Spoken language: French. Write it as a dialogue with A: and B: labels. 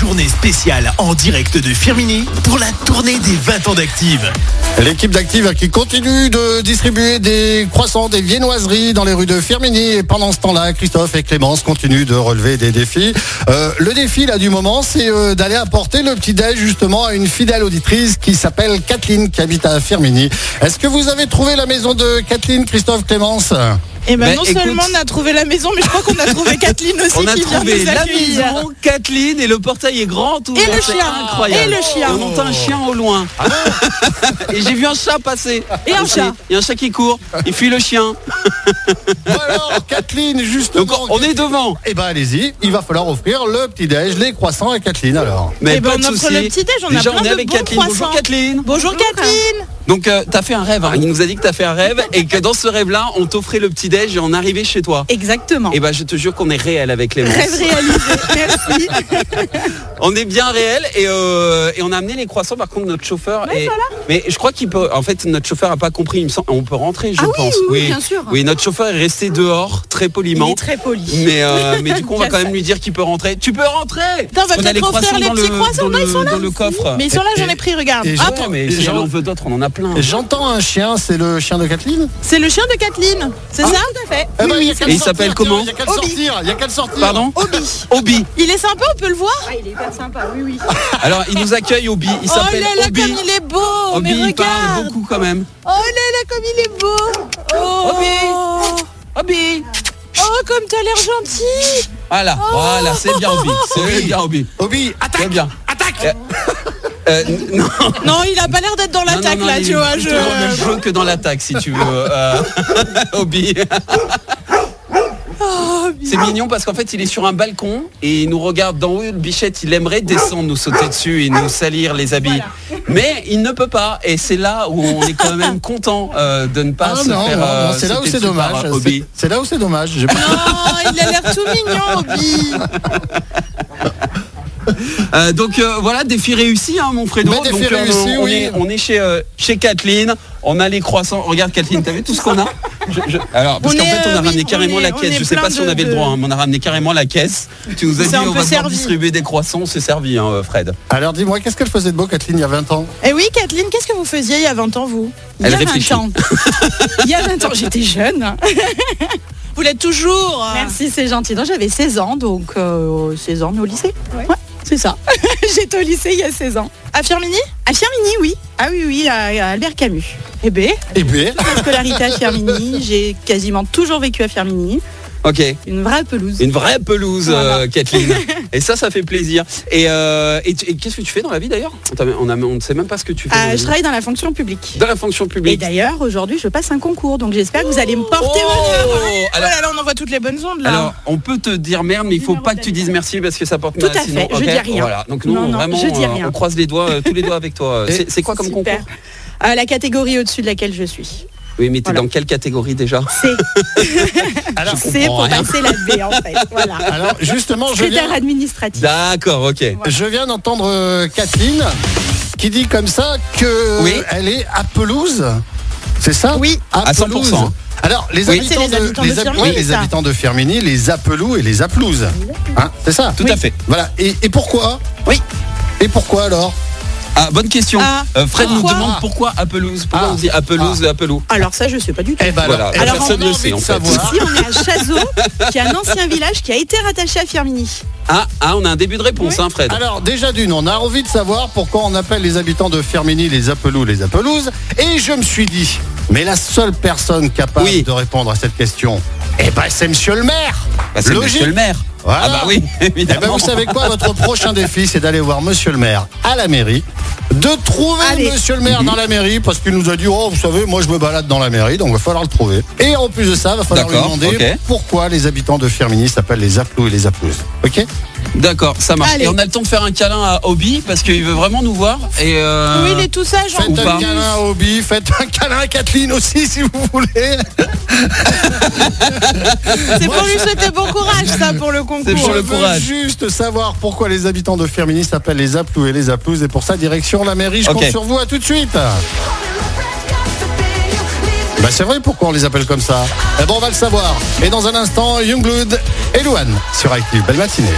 A: tournée spéciale en direct de Firmini pour la tournée des 20 ans d'Active.
B: L'équipe d'Active qui continue de distribuer des croissants, des viennoiseries dans les rues de Firmini. Et pendant ce temps-là, Christophe et Clémence continuent de relever des défis. Euh, le défi là du moment, c'est euh, d'aller apporter le petit déj justement à une fidèle auditrice qui s'appelle Kathleen, qui habite à Firmini. Est-ce que vous avez trouvé la maison de Kathleen, Christophe, Clémence
C: Et ben
D: Ben,
C: non
D: écoute-
C: seulement on a trouvé la maison, mais je crois qu'on a trouvé Kathleen aussi
D: On a
C: qui vient
D: trouvé
C: nous
D: la
C: accueillir.
D: maison, Kathleen et le portail est grand ouvert.
C: Et le
D: c'est
C: chien.
D: Incroyable. Oh.
C: Et le chien.
D: On entend un chien au loin. et j'ai vu un chat passer.
C: Et un
D: Aussi.
C: chat.
D: Il y a un chat qui court. Il fuit le chien.
B: Ou alors, Kathleen, justement.
D: Donc on est devant.
B: Eh ben allez-y, il va falloir offrir le petit déj, les croissants à Kathleen alors.
D: Mais
C: Eh ben,
D: pas
C: on
D: de
C: offre
D: souci.
C: le petit-déj, on a
D: Déjà,
C: plein
D: on est
C: de
D: avec
C: bons
D: Kathleen. Bonjour
C: croissants.
D: Kathleen.
C: Bonjour Kathleen
D: Donc euh, t'as fait un rêve. hein. Il nous a dit que t'as fait un rêve et que dans ce rêve-là, on t'offrait le petit déj et on arrivait chez toi.
C: Exactement.
D: Et ben je te jure qu'on est réel avec les
C: Rêve réalisé, merci.
D: On est bien réel et, euh, et on a amené les croissants par contre notre chauffeur est- mais je crois qu'il peut en fait notre chauffeur a pas compris il me semble on peut rentrer je
E: Ah oui,
D: pense
E: oui, oui, bien sûr.
D: oui notre chauffeur est resté dehors très
C: Il
D: poliment
C: est très poli.
D: mais, euh, mais du coup on va
C: Bien
D: quand
C: ça.
D: même lui dire qu'il peut rentrer tu peux rentrer
C: Putain, on va
D: on a
C: peut-être
D: les
C: refaire
D: croissants
C: les
D: dans
C: petits
D: le,
C: croissants.
D: dans
C: Non,
D: le-
C: ils sont là.
D: dans le coffre
C: Mais ils sont là, j'en
B: Et-
C: ai pris, regarde.
B: et
C: Hop.
D: Ouais, mais si
B: Jean-
D: elle en veut d'autres on en a plein
B: J'entends un chien, c'est le chien de Kathleen
C: C'est le chien de Kathleen, c'est
D: Ah.
C: ça Tout à fait.
B: Eh ben,
C: Oui,
B: y a qu'à
D: Et
B: le
D: il s'appelle
B: sortir,
D: comment
B: tiens, Il y a qu'à le
C: Obi.
B: sortir, il y a qu'à le sortir. Ah,
D: pardon
C: Obi.
D: Obi
C: Il est sympa, on peut le voir
E: il est hyper sympa, oui, oui.
D: alors il nous accueille Obi il
C: Oh là
D: s'appelle
C: là,
D: Obi
C: comme il est beau
D: Obi
C: Mais
D: il parle
C: regarde
D: beaucoup quand même
C: Oh là là, comme il est beau Oh
D: Obi
C: Oh, comme t'as l'air gentil
D: voilà voilà c'est bien Obi c'est bien Obi
B: Oh. Obi,
D: Très
B: attaque
D: bien. Attaque Non,
C: Non, il a pas l'air d'être dans l'attaque,
D: non, non,
C: là,
D: il
C: tu
D: est
C: vois.
D: plutôt dans le
C: Je...
D: jeu que dans l'attaque, si tu veux. euh, Obi.
C: Oh,
D: C'est
B: Ah.
D: mignon parce qu'en fait, il est sur un balcon et il nous regarde d'en haut. Le bichette, il aimerait descendre, nous sauter dessus et nous salir les habits. Mais il ne peut pas. Et c'est là où on est quand même content euh, de ne pas
B: Ah
D: se
B: non,
D: faire.
B: non,
D: euh,
B: non, c'est là où
D: sauter
B: c'est
D: dessus par,
B: dommage.
D: euh,
B: c'est-
D: Obi.
B: C'est là où c'est dommage. J'ai pas-
C: Non, il a l'air tout mignon, Obi
D: Euh, donc euh, voilà, défi réussi, hein, mon Fredo.
B: Mais défi
D: donc, euh,
B: réussi,
D: on,
B: oui.
D: est, on est chez, euh, chez Kathleen, on a les croissants. Regarde Kathleen, t'as vu tout ce qu'on a Je- je- Alors, parce
C: On
D: qu'en
C: est,
D: fait, on a
C: euh,
D: ramené
C: oui,
D: carrément
C: on est-
D: la
C: on
D: caisse.
C: est
D: Je sais
C: plein
D: pas si
C: de-
D: on avait le
C: de-
D: droit, hein, mais on a ramené carrément la caisse. Tu nous as
C: C'est
D: dit,
C: un
D: on
C: peu
D: va devoir
C: servi.
D: distribuer des croissants, c'est servi, hein, Fred.
B: Alors dis-moi, qu'est-ce qu'elle faisait de beau, Kathleen, il y a 20 ans
C: Eh oui, Kathleen, qu'est-ce que vous faisiez il y a 20 ans, vous Il y
D: Elle
C: a 20
D: réfléchit.
C: ans. Il y a 20 ans, j'étais jeune. Vous l'êtes toujours.
E: Merci, c'est gentil. Donc j'avais 16 ans, donc euh, 16 ans, mais au lycée. Ouais. c'est ça. J'étais au lycée il y a 16 ans.
C: À Firmini
E: À Firmini, oui. Ah oui, oui, à à Albert Camus.
C: Eh bien,
B: Eh bien,
D: ben,
E: Ma scolarité à Firmini, j'ai quasiment toujours vécu à Firmini.
D: Ok.
E: Une vraie pelouse.
D: Une vraie pelouse, euh, Kathleen. et ça, ça fait plaisir. Et, euh, et tu- et qu'est-ce que tu fais dans la vie d'ailleurs On t'a- on a- on ne sait même pas ce que tu fais. dans la
E: Ah, je
D: vie.
E: travaille dans la fonction publique.
D: Dans la fonction
E: Et
D: publique.
E: d'ailleurs, aujourd'hui, je passe un concours, donc j'espère que vous allez me
D: Oh,
E: porter bonheur.
C: oh
D: alors,
C: là là, on envoie toutes les bonnes ondes là.
D: Alors, on peut te dire merde, mais il faut
E: Numéro
D: pas que tu dises merci parce que ça porte
E: Tout
D: mal,
E: à fait,
D: sinon,
E: je
D: ok,
E: dis rien.
D: Voilà. Donc nous,
E: Non,
D: on-
E: non,
D: vraiment,
E: je dis
D: euh,
E: rien.
D: on croise les doigts, euh, tous les doigts avec toi. Euh, C'est c'est quoi comme
E: Super.
D: concours
E: Euh, La catégorie au-dessus de laquelle je suis.
D: Oui, mais t'es
E: Voilà.
D: dans quelle catégorie déjà
E: C'est
B: alors,
E: c'est pour
D: rien.
E: passer la B en fait. Voilà.
B: alors, justement, je viens,
E: Secrétaire administratif.
D: D'accord, ok.
B: je viens d'entendre euh, Kathleen qui dit comme ça que
D: Oui.
B: elle est à pelouse. C'est ça
C: Oui.
B: à,
D: À
B: pelouse.
D: 100%.
B: Alors, les
D: Oui.
B: habitants
C: C'est les habitants
B: de,
C: de
B: hab-
C: Firmini,
B: oui, les
C: ça.
B: habitants de Firmini, les apelous et les aplouses. Hein, c'est ça
D: Tout à fait.
B: Voilà. Et, et pourquoi
D: Oui.
B: Et pourquoi alors
D: Ah, bonne question.
C: Ah,
D: Euh, Fred nous
C: pourquoi
D: demande pourquoi Appelouse Pourquoi
B: Ah.
D: on dit Appelouse, Appelou
E: Alors ça, je sais pas du tout.
B: Eh ben
D: Voilà.
B: eh ben,
D: Alors, personne
B: on a
D: ne
B: envie
D: sait,
B: de
D: en fait.
B: savoir.
E: Ici, on est à Chazot, qui est un ancien village qui a été rattaché à Firmini.
D: ah, ah, on a un début de réponse, hein, Fred.
C: Ah.
B: Alors déjà d'une, on a envie de savoir pourquoi on appelle les habitants de Firmini les apelous, les apelouses. Et je me suis dit, mais la seule personne capable
D: Oui.
B: de répondre à cette question, eh ben c'est Monsieur le Maire.
D: Bah, c'est
B: Logique.
D: monsieur le maire.
B: Voilà.
D: Ah bah oui,
B: Eh ben,
D: évidemment.
B: vous savez quoi Votre prochain défi, c'est d'aller voir Monsieur le Maire à la mairie. De trouver
E: Allez.
B: Monsieur le maire
D: Mhm.
B: dans la mairie parce qu'il nous a dit oh vous savez moi je me balade dans la mairie donc va falloir le trouver et en plus de ça va falloir lui
D: D'accord,
B: demander
D: ok.
B: pourquoi les habitants de Firmini s'appellent les apelous et les aplouses ok
D: D'accord, ça marche.
C: Allez.
D: Et on a le temps de faire un câlin à Obi parce qu'il veut vraiment nous voir. Et euh,
C: Oui, il est tout sage. en
B: Faites
D: Ou
B: un
D: pas.
B: câlin à Obi, faites un câlin à Kathleen aussi si vous voulez.
C: C'est pour lui souhaiter bon courage, ça, pour le
D: C'est
C: concours.
D: pour
B: Je
D: le
B: veux
D: courage.
B: juste savoir pourquoi les habitants de Firmini s'appellent les Aplous et les Aplouses et pour ça direction la mairie, je
D: Ok.
B: compte sur vous, à tout de suite. Bah c'est vrai pourquoi on les appelle comme ça. Eh ben on va le savoir. Et dans un instant, Youngblood et Louane sur Active. Belle matinée.